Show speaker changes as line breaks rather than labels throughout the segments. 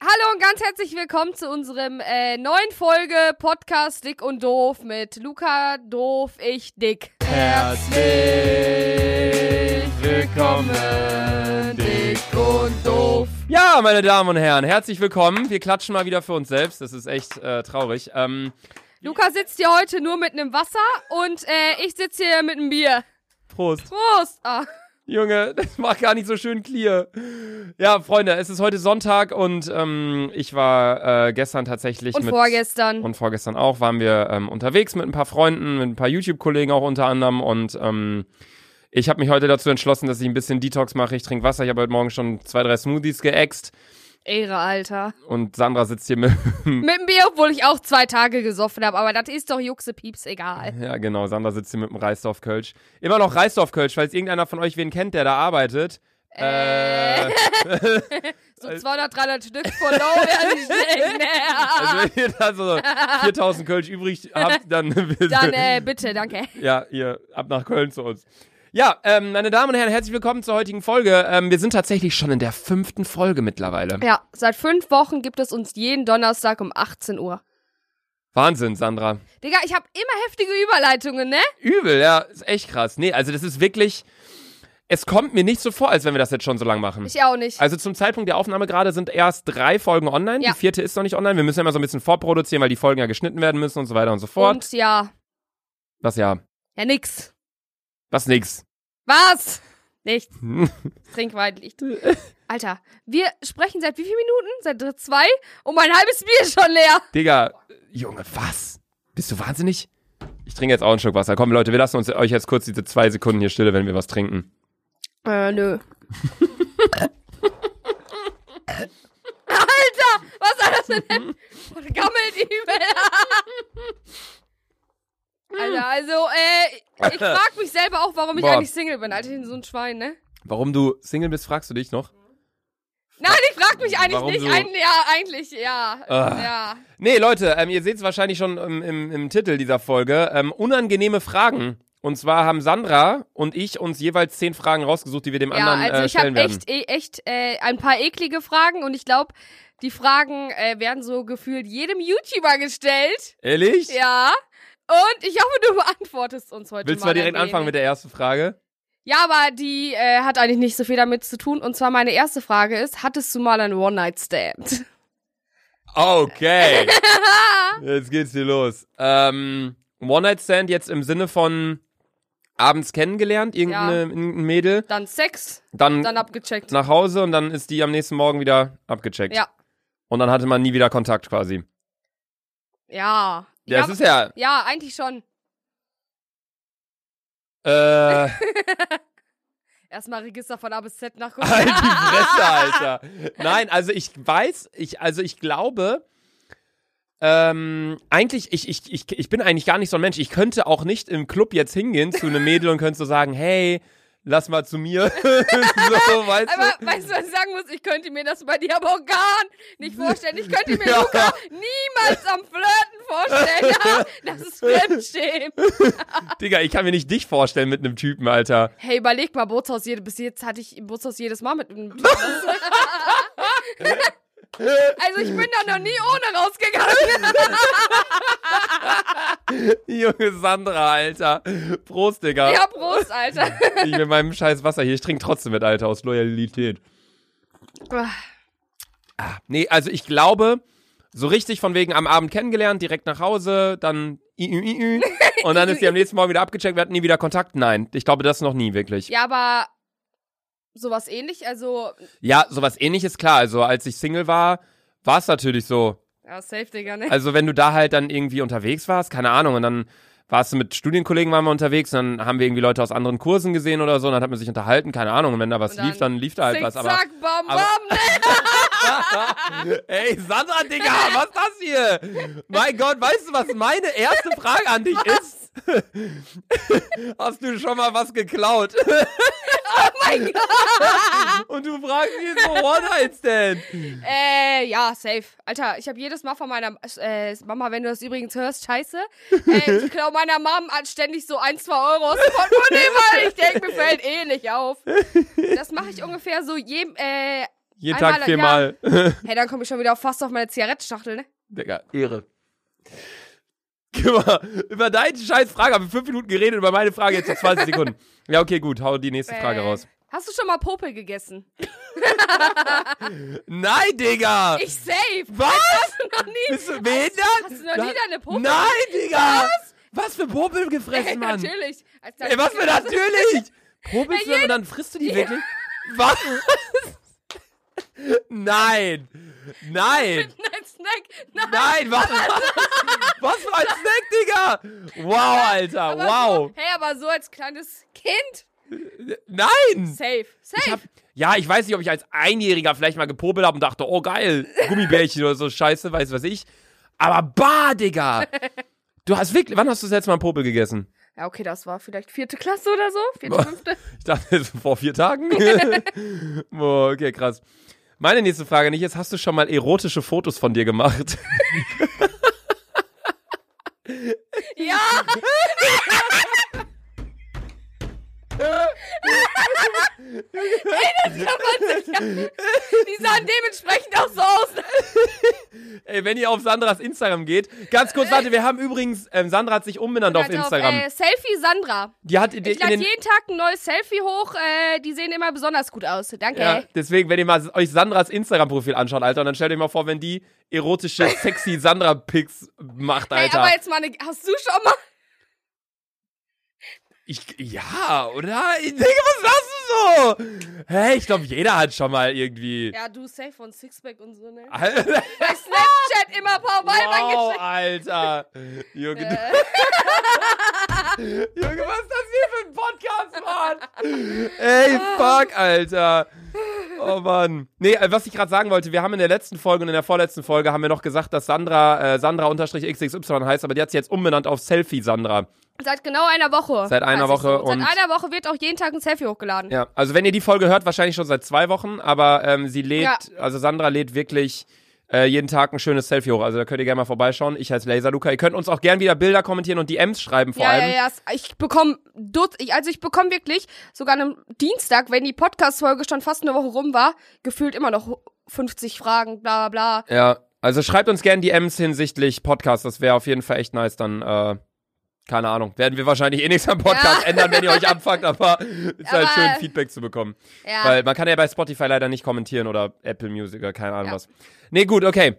und ganz herzlich willkommen zu unserem äh, neuen Folge Podcast Dick und Doof mit Luca Doof, ich Dick.
Herzlich willkommen, dick und doof. Ja, meine Damen und Herren, herzlich willkommen. Wir klatschen mal wieder für uns selbst. Das ist echt äh, traurig. Ähm,
Luca sitzt hier heute nur mit einem Wasser und äh, ich sitze hier mit einem Bier.
Prost.
Prost! Ah.
Junge, das macht gar nicht so schön clear. Ja, Freunde, es ist heute Sonntag und ähm, ich war äh, gestern tatsächlich
Und
mit
vorgestern.
und vorgestern auch waren wir ähm, unterwegs mit ein paar Freunden, mit ein paar YouTube-Kollegen auch unter anderem und ähm, ich habe mich heute dazu entschlossen, dass ich ein bisschen Detox mache. Ich trinke Wasser. Ich habe heute Morgen schon zwei, drei Smoothies geäxt
Ehre, Alter.
und Sandra sitzt hier mit.
Mit dem Bier, obwohl ich auch zwei Tage gesoffen habe, aber das ist doch Juxepieps egal.
ja, genau. Sandra sitzt hier mit dem Reisdorf-Kölsch. Immer noch Reisdorf-Kölsch, falls irgendeiner von euch wen kennt, der da arbeitet. Äh,
So 200, 300 Stück von Low werden nicht schlecht. ne?
also wenn ihr da so 4000 Kölsch übrig habt, dann,
Dann äh, bitte, danke.
Ja, ihr ab nach Köln zu uns. Ja, ähm, meine Damen und Herren, herzlich willkommen zur heutigen Folge. Ähm, wir sind tatsächlich schon in der fünften Folge mittlerweile.
Ja, seit fünf Wochen gibt es uns jeden Donnerstag um 18 Uhr.
Wahnsinn, Sandra.
Digga, ich habe immer heftige Überleitungen, ne?
Übel, ja, ist echt krass. Nee, also das ist wirklich, es kommt mir nicht so vor, als wenn wir das jetzt schon so lang machen.
Ich auch nicht.
Also zum Zeitpunkt der Aufnahme gerade sind erst drei Folgen online.
Ja.
Die vierte ist noch nicht online. Wir müssen ja immer so ein bisschen vorproduzieren, weil die Folgen ja geschnitten werden müssen und so weiter und so fort.
Und ja,
Was ja,
ja nix.
was nix.
Was? Nichts. Trinkweidlicht. Alter, wir sprechen seit wie vielen Minuten? Seit dr- zwei? Und mein halbes Bier ist schon leer.
Digga, Junge, was? Bist du wahnsinnig? Ich trinke jetzt auch einen Schluck Wasser. Komm, Leute, wir lassen uns euch jetzt kurz diese zwei Sekunden hier stille, wenn wir was trinken.
Äh, nö. Alter, was war das denn? Oh, der Gammelt übel. Alter, also, äh, ich frag mich selber auch, warum ich
Boah.
eigentlich Single bin. Alter, ich bin so ein Schwein, ne?
Warum du Single bist, fragst du dich noch?
Nein, ich frag mich eigentlich
Warum
nicht.
du-
Ein, ja, eigentlich, ja.
Ah.
Ja.
Nee, Leute, ähm, ihr seht es wahrscheinlich schon im, im, im Titel dieser Folge. Ähm, unangenehme Fragen. Und zwar haben Sandra und ich uns jeweils zehn Fragen rausgesucht, die wir dem
Ja,
anderen
also
äh,
ich habe
stellen werden.
echt, eh- echt äh, ein paar eklige Fragen und ich glaube, die Fragen äh, werden so gefühlt jedem YouTuber gestellt.
Ehrlich?
Ja. Und ich hoffe, du beantwortest uns heute
Willst du
mal
mal direkt anfangen mit der ersten Frage?
Ja, aber die äh, hat eigentlich nicht so viel damit zu tun. Und zwar meine erste Frage ist, hattest du mal einen One-Night-Stand?
Okay. jetzt geht's hier los. Ähm, One-Night-Stand jetzt im Sinne von abends kennengelernt, irgendeine,
Ja.
irgendein Mädel,
Dann Sex,
dann,
dann abgecheckt.
nach Hause und dann ist die am nächsten Morgen wieder abgecheckt.
Ja.
Und dann hatte man nie wieder Kontakt quasi.
Ja.
Ja, es ist ja.
ja, eigentlich schon.
Äh,
Erstmal Register von A bis Z nachgucken.
halt die Fresse, Alter. Nein, also ich weiß, ich, also ich glaube, ähm, eigentlich, ich, ich, ich, ich bin eigentlich gar nicht so ein Mensch. Ich könnte auch nicht im Club jetzt hingehen zu einem Mädel und könnte so sagen, hey, lass mal zu mir. so, weißt
Aber
du?
weißt du, was ich sagen muss? Ich könnte mir das bei dir aber auch gar nicht vorstellen. Ich könnte mir
Ja.
Luca niemals am Flirten vorstellen. Ja, das ist Fremdschämen.
Digga, ich kann mir nicht dich vorstellen mit einem Typen, Alter.
Hey, überleg mal, Bootshaus, jede, bis jetzt hatte ich im Bootshaus jedes Mal mit einem Typen. Also ich bin da noch nie ohne rausgegangen.
Junge Sandra, Alter. Prost, Digga.
Ja, Prost, Alter.
Ich mit meinem scheiß Wasser hier. Ich trinke trotzdem mit, Alter, aus Loyalität. Nee, also ich glaube, so richtig von wegen am Abend kennengelernt, direkt nach Hause, dann i -i -i -i, und dann ist sie am nächsten Morgen wieder abgecheckt, wir hatten nie wieder Kontakt. Nein, ich glaube, das noch nie wirklich.
Ja, aber sowas ähnlich, also
Ja, sowas ähnliches, klar. Also als ich Single war, war es natürlich so.
ja, safe, Digga, ne?
Also wenn du da halt dann irgendwie unterwegs warst, keine Ahnung, und dann warst du mit Studienkollegen waren wir unterwegs, und dann haben wir irgendwie Leute aus anderen Kursen gesehen oder so, und dann hat man sich unterhalten, keine Ahnung, und wenn da was
Und dann
lief, dann lief da halt
Zick,
was, aber
zack, bam,
aber-
bam, ne?
Ey, Sandra, Digga, was ist das hier? Mein Gott, weißt du, was meine erste Frage an dich ist? Hast du schon mal was geklaut? Oh mein Gott! Und du fragst mich so One-Night-Stand.
Äh, ja, safe. Alter, ich habe jedes Mal von meiner äh, Mama, wenn du das übrigens hörst, scheiße. Äh, ich klau meiner Mom ständig so ein, zwei Euro aus dem Portemonnaie, weil ich denke, mir fällt eh nicht auf. Das mache ich ungefähr so jedem, äh,
Jeden
Einmal,
Tag viermal.
Hey, dann komme ich schon wieder auf- fast auf meine Zigarettenschachtel, ne?
Digga, Ehre. Guck mal, über deine scheiß Frage haben wir fünf Minuten geredet, über meine Frage jetzt noch 20 Sekunden. Ja, okay, gut, hau die nächste Frage
Äh,
raus.
Hast du schon mal Popel gegessen?
Nein, Digga!
Ich safe!
Was?
Noch nie.
Bist du behindert?
Hast du noch nie deine Popel?
Nein, Digga! Was? Was für Popel gefressen,
Ey,
Mann?
natürlich. Als
Ey, was für natürlich? Popelst du
Ey,
und dann frisst du die wirklich? Was? Nein! Nein!
Nein, Snack. Nein.
Nein, was? Was für ein Snack, Digga! Wow, Alter,
aber
Ah, wow!
So, hey, aber so als kleines Kind.
Nein!
Safe. Safe.
Ich hab, ja, ich weiß nicht, ob ich als Einjähriger vielleicht mal gepopelt habe und dachte, oh geil, Gummibärchen oder so Scheiße, weiß was ich. Aber bah, Digga! Du hast wirklich, wann hast du das letzte Mal einen Popel gegessen?
ja, okay, das war vielleicht vierte Klasse oder so. Vierte, fünfte.
Ich dachte, vor vier Tagen. Boah, okay, krass. Meine nächste Frage nicht ist, hast du schon mal erotische Fotos von dir gemacht?
Ja. Ey, das kann man sich ja. Die sahen dementsprechend auch so aus.
Ey, wenn ihr auf Sandras Instagram geht, ganz kurz, warte, wir haben übrigens, ähm, Sandra hat sich umbenannt auf
Halt
Instagram.
äh, Selfie Sandra.
die hat in, den-
Ich
in
lade
den,
jeden Tag ein neues Selfie hoch. Äh, die sehen immer besonders gut aus. Danke.
ja, deswegen, wenn ihr mal euch Sandras Instagram-Profil anschaut, Alter, und dann stellt euch mal vor, wenn die erotische, sexy Sandra-Pics macht,
Ey,
Alter.
aber jetzt mal, eine, hast du schon mal
ich, ja, oder? Ich denke, was machst du so? Hä, hey, ich glaube, jeder hat schon mal irgendwie.
Ja, du safe und Sixpack und so, ne?
Alter.
Bei Snapchat immer vorbei, wow.
Ah. Wow, Alter. Junge,
Äh.
du- Junge, was ist das hier für ein Podcast, Mann? Ey,
Ah.
fuck, Alter. Oh Mann. Nee, äh, was ich gerade sagen wollte, wir haben in der letzten Folge und in der vorletzten Folge haben wir noch gesagt, dass Sandra äh, Sandra unterstrich XXY heißt, aber die hat sie jetzt umbenannt auf Selfie Sandra.
Seit genau einer Woche.
Seit einer
Weiß ich
Woche
so. Seit
und-
einer Woche wird auch jeden Tag ein Selfie hochgeladen.
Ja, also wenn ihr die Folge hört, wahrscheinlich schon seit zwei Wochen, aber ähm, sie lädt,
Ja.
also Sandra lädt wirklich äh, jeden Tag ein schönes Selfie hoch. Also da könnt ihr gerne mal vorbeischauen. Ich heiße Laser Luca. Ihr könnt uns auch gerne wieder Bilder kommentieren und DMs schreiben vor
ja,
allem.
ja, ja. es- Ich bekomme, also ich bekomme wirklich sogar am Dienstag, wenn die Podcast-Folge schon fast eine Woche rum war, gefühlt immer noch 50 Fragen, bla bla bla.
Ja, also schreibt uns gerne DMs hinsichtlich Podcast. Das wäre auf jeden Fall echt nice. Dann, äh, keine Ahnung, werden wir wahrscheinlich eh nichts am Podcast ändern, wenn ihr euch abfuckt, aber ist halt
Aber-
schön, Feedback zu bekommen.
Ja.
Weil man kann ja bei Spotify leider nicht kommentieren oder Apple Music oder keine Ahnung
Ja.
was. Nee, gut, okay.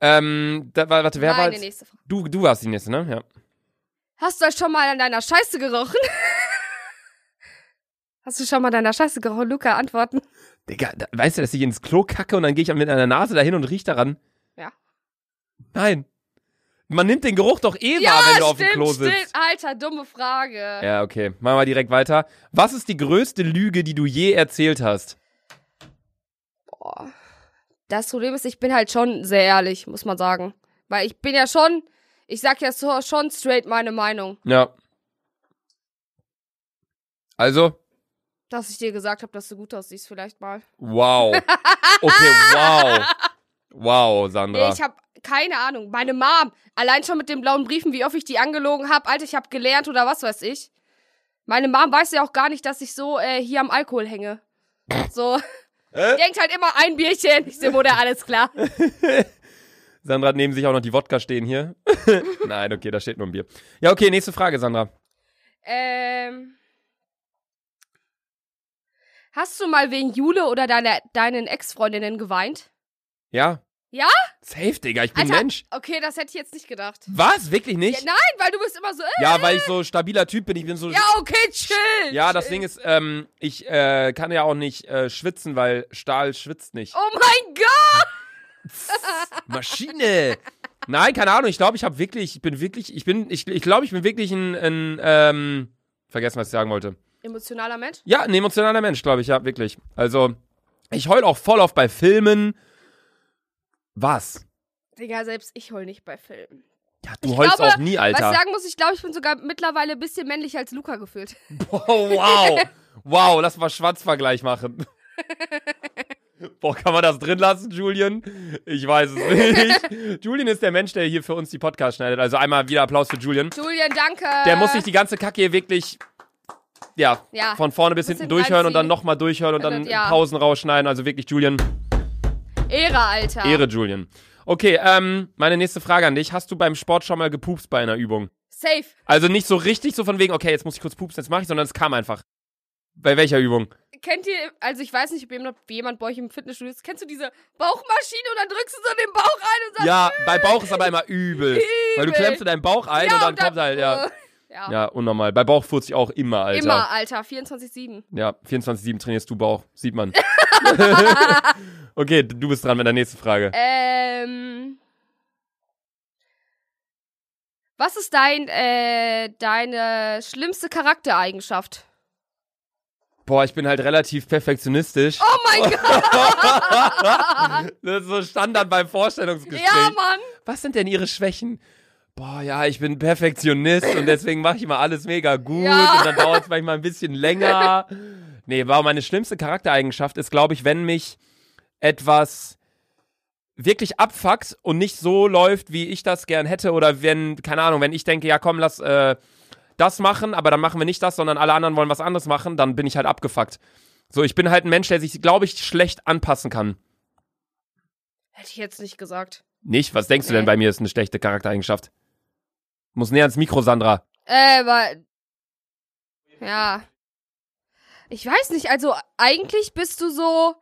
Ähm, da, wa- warte, wer war
Nein, die
jetzt?
nächste Frage.
Du, du warst die nächste, ne? Ja.
Hast du das schon mal an deiner Scheiße gerochen? Hast du schon mal an deiner Scheiße gerochen? Luca, antworten.
Digga, da, weißt du, dass ich ins Klo kacke und dann gehe ich mit einer Nase dahin und riech daran?
Ja.
Nein. Man nimmt den Geruch doch eh wahr, wenn du auf dem Klo sitzt.
stimmt. Alter, dumme Frage.
Ja, okay. Machen wir direkt weiter. Was ist die größte Lüge, die du je erzählt hast?
Boah. Das Problem ist, ich bin halt schon sehr ehrlich, muss man sagen. Weil ich bin ja schon, ich sag ja so, schon straight meine Meinung,
Ja. Also,
dass ich dir gesagt habe, dass du gut aussiehst, vielleicht mal.
wow. Okay, wow. Wow,
Nee,
Sandra.
ich habe keine Ahnung. Meine Mom, allein schon mit den blauen Briefen, wie oft ich die angelogen habe. Alter, ich habe gelernt oder was weiß ich. Meine Mom weiß ja auch gar nicht, dass ich so äh, hier am Alkohol hänge. So.
Äh?
Denkt halt immer ein Bierchen. Ich sehe, Mutter, alles klar.
Sandra hat neben sich auch noch die Wodka stehen hier. Nein, okay, da steht nur ein Bier. Ja, okay, nächste Frage, Sandra.
Ähm. Hast du mal wegen Jule oder deiner, deinen Ex-Freundinnen geweint?
Ja?
Ja?
Safe, Digga, ich bin
Alter.
Mensch.
Okay, das hätte ich jetzt nicht gedacht.
Was? Wirklich
Ja,
nicht?
nein, weil du bist immer so. Äh,
Ja, weil ich so stabiler Typ bin. Ich bin so
ja, okay, chill.
Ja, das
chill.
Ding ist, ähm, ich äh, kann ja auch nicht äh, schwitzen, weil Stahl schwitzt nicht.
Oh mein Gott!
Maschine! Nein, keine Ahnung. Ich glaube, ich habe wirklich, ich bin wirklich, ich bin, ich, ich glaube, ich bin wirklich ein, ein ähm, vergessen, was ich sagen wollte.
Emotionaler Mensch?
Ja, ein emotionaler Mensch, glaube ich, ja, wirklich. Also, ich heul auch voll oft bei Filmen. Was?
Digga, selbst ich heul nicht bei Filmen.
Ja, du
Ich
heulst
glaube,
auch nie,
Was ich
Alter.
sagen muss, ich glaube, ich bin sogar mittlerweile ein bisschen männlicher als Luca gefühlt.
Boah, Oh, wow. Wow, lass mal Schwanzvergleich machen. Boah, kann man das drin lassen, Julian? Ich weiß es nicht. Julian ist der Mensch, der hier für uns die Podcasts schneidet. Also einmal wieder Applaus für Julian.
Julian, danke.
Der muss sich die ganze Kacke hier wirklich, ja,
Ja.
von vorne bis
Bisschen
hinten durchhören und dann
reinziehen.
nochmal durchhören und dann
Ja.
Pausen rausschneiden. Also wirklich, Julian,
Ehre, Alter.
Ehre, Julian. Okay, ähm, meine nächste Frage an dich. Hast du beim Sport schon mal gepupst bei einer Übung?
Safe.
Also nicht so richtig so von wegen, okay, jetzt muss ich kurz pupsen, jetzt mache ich, sondern es kam einfach. Bei welcher Übung?
Kennt ihr, also ich weiß nicht, ob jemand, ob jemand bei euch im Fitnessstudio ist, kennst du diese Bauchmaschine und dann drückst du so den Bauch ein und sagst,
Ja, bei Bauch ist aber immer übel. Weil
Übel.
du klemmst in deinen Bauch ein und dann
und dann-
kommt halt, ja.
ja.
Ja, unnormal. Bei Bauch furze ich auch immer, Alter.
Immer, Alter, 24-7.
Ja, 24-7 trainierst du Bauch. Sieht man. okay, du bist dran mit der nächsten Frage.
Ähm. Was ist dein, äh, deine schlimmste Charaktereigenschaft?
Boah, ich bin halt relativ perfektionistisch.
Oh mein Gott!
Das ist so Standard beim Vorstellungsgespräch.
Ja, Mann!
Was sind denn ihre Schwächen? Boah, ja, ich bin Perfektionist und deswegen mache ich immer alles mega gut
Ja.
und dann dauert es manchmal ein bisschen länger. Nee, wow, meine schlimmste Charaktereigenschaft ist, glaube ich, wenn mich etwas wirklich abfuckt und nicht so läuft, wie ich das gern hätte oder wenn, keine Ahnung, wenn ich denke, ja komm, lass äh, das machen, aber dann machen wir nicht das, sondern alle anderen wollen was anderes machen, dann bin ich halt abgefuckt. So, ich bin halt ein Mensch, der sich, glaube ich, schlecht anpassen kann.
Hätte ich jetzt nicht gesagt.
Nicht? Was denkst du denn
Nee.
bei mir ist eine schlechte Charaktereigenschaft? Muss näher ans Mikro, Sandra.
Äh, aber. Ja. Ich weiß nicht, also eigentlich bist du so.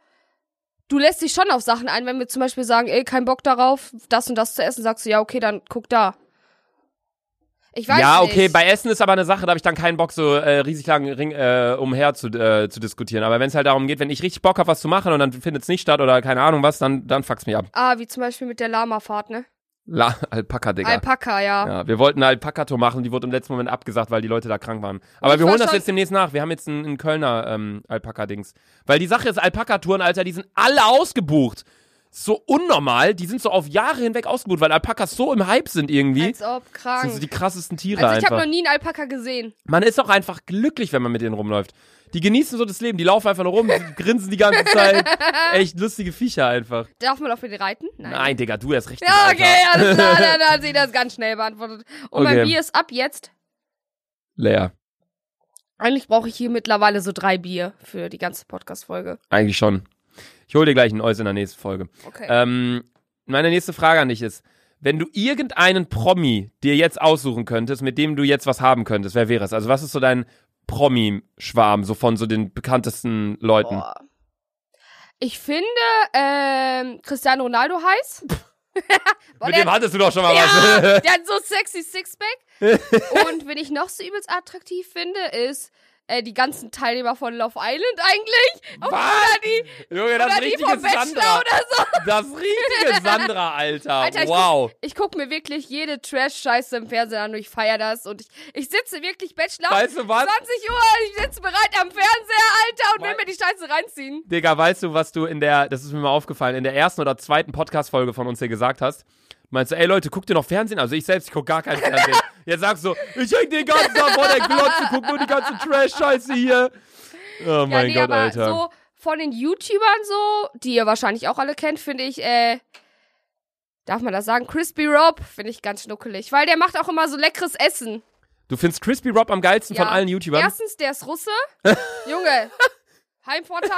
Du lässt dich schon auf Sachen ein, wenn wir zum Beispiel sagen, ey, kein Bock darauf, das und das zu essen, sagst du, ja, okay, dann guck da. Ich weiß
ja,
nicht.
okay, bei Essen ist aber eine Sache, da habe ich dann keinen Bock, so äh, riesig lang ring, äh, umher zu, äh, zu diskutieren. Aber wenn es halt darum geht, wenn ich richtig Bock habe, was zu machen und dann findet es nicht statt oder keine Ahnung was, dann, dann fuck's mich ab.
Ah, wie zum Beispiel mit der Lama-Fahrt, ne?
La Alpaka, Digga.
Alpaka, ja.
ja, wir wollten eine Alpaka-Tour machen, die wurde im letzten Moment abgesagt, weil die Leute da krank waren. Aber
Ich
wir holen das
verstand-
jetzt demnächst nach. Wir haben jetzt einen, einen Kölner ähm, Alpaka-Dings. Weil die Sache ist, Alpaka-Touren, Alter, die sind alle ausgebucht. So unnormal, die sind so auf Jahre hinweg ausgebucht, weil Alpakas so im Hype sind irgendwie.
Als ob,
Das
krank.
sind so die krassesten Tiere
also ich habe
einfach.
noch nie einen Alpaka gesehen.
Man ist doch einfach glücklich, wenn man mit denen rumläuft. Die genießen so das Leben, die laufen einfach nur rum, die grinsen die ganze Zeit. Echt lustige Viecher einfach.
Darf man auf den reiten?
Nein, Digga, du erst recht.
Ja,
Alter.
okay, alles klar, dann hat sie das ganz schnell beantwortet. Und
Okay.
mein Bier ist ab jetzt.
Leer.
Eigentlich brauche ich hier mittlerweile so drei Bier für die ganze Podcast-Folge.
Eigentlich schon. Ich hol dir gleich ein Eus in der nächsten Folge.
Okay.
Ähm, meine nächste Frage an dich ist, wenn du irgendeinen Promi dir jetzt aussuchen könntest, mit dem du jetzt was haben könntest, wer wäre es? Also was ist so dein Promi-Schwarm, so von so den bekanntesten Leuten?
Boah. Ich finde, ähm, Cristiano Ronaldo heiß. Boah,
mit
der,
dem hattest du doch schon mal was.
ja, der hat so sexy Sixpack. Und wen ich noch so übelst attraktiv finde, ist äh, die ganzen Teilnehmer von Love Island eigentlich. Ob-
Was?
oh Oder die,
Junge, das
oder die
richtige
vom Bachelor
Sandra.
oder so.
Das richtige Sandra, Alter.
Alter, ich
wow.
Ich guck mir wirklich jede Trash-Scheiße im Fernsehen an und ich feier das. Und ich, ich sitze wirklich Bachelor.
Weißt du was?
20 Uhr, ich sitze bereit am Fernseher, Alter, und will
Wei-
mir die Scheiße reinziehen.
Digga, weißt du, was du in der, das ist mir mal aufgefallen, in der ersten oder zweiten Podcast-Folge von uns hier gesagt hast? Meinst du, ey Leute, guckt ihr noch Fernsehen? Also ich selbst, ich guck gar kein Fernsehen. Jetzt sagst du, ich häng den ganzen Tag vor der Glotze, guck nur die ganze Trash-Scheiße hier. Oh mein
ja, nee,
Gott,
aber
Alter.
so von den YouTubern so, die ihr wahrscheinlich auch alle kennt, finde ich, äh, darf man das sagen? Crispy Rob finde ich ganz schnuckelig, weil der macht auch immer so leckeres Essen.
Du findest Crispy Rob am geilsten
Ja.
von allen YouTubern?
Erstens, der ist Russe. Junge, Heimvorteil.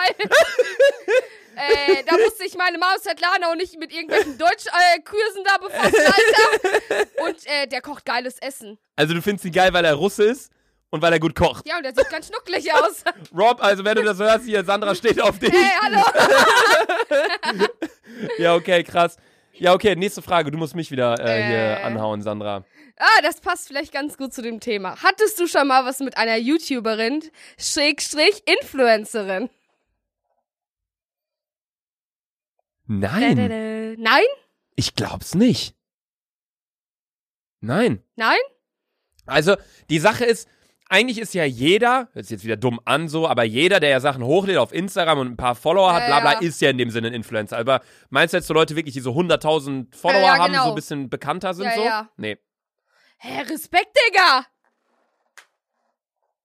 äh, da musste ich meine Maus Svetlana und nicht mit irgendwelchen Deutsch-Kursen da befassen, Alter. Und äh, der kocht geiles Essen.
Also du findest ihn geil, weil er Russe ist und weil er gut kocht.
Ja, und der sieht ganz schnucklig aus.
Rob, also wenn du das hörst, hier, Sandra steht auf dich.
Hey, hallo.
Ja, okay, krass. Ja, okay, nächste Frage. Du musst mich wieder äh, hier
Äh.
anhauen, Sandra.
Ah, das passt vielleicht ganz gut zu dem Thema. Hattest du schon mal was mit einer YouTuberin, Schrägstrich Influencerin? Dä, dä,
Nein,
dä. Nein?
ich glaub's nicht. Nein.
Nein?
Also, die Sache ist, eigentlich ist ja jeder, hört sich jetzt wieder dumm an so, aber jeder, der ja Sachen hochlädt auf Instagram und ein paar Follower hat,
Ja,
bla bla,
ja.
ist ja in dem Sinne ein Influencer. Aber meinst du jetzt so Leute wirklich, die so 100.000 Follower
Ja, ja,
haben, so
genau.
ein bisschen bekannter sind
Ja,
so?
ja.
Nee.
Hä, Respekt, Digga!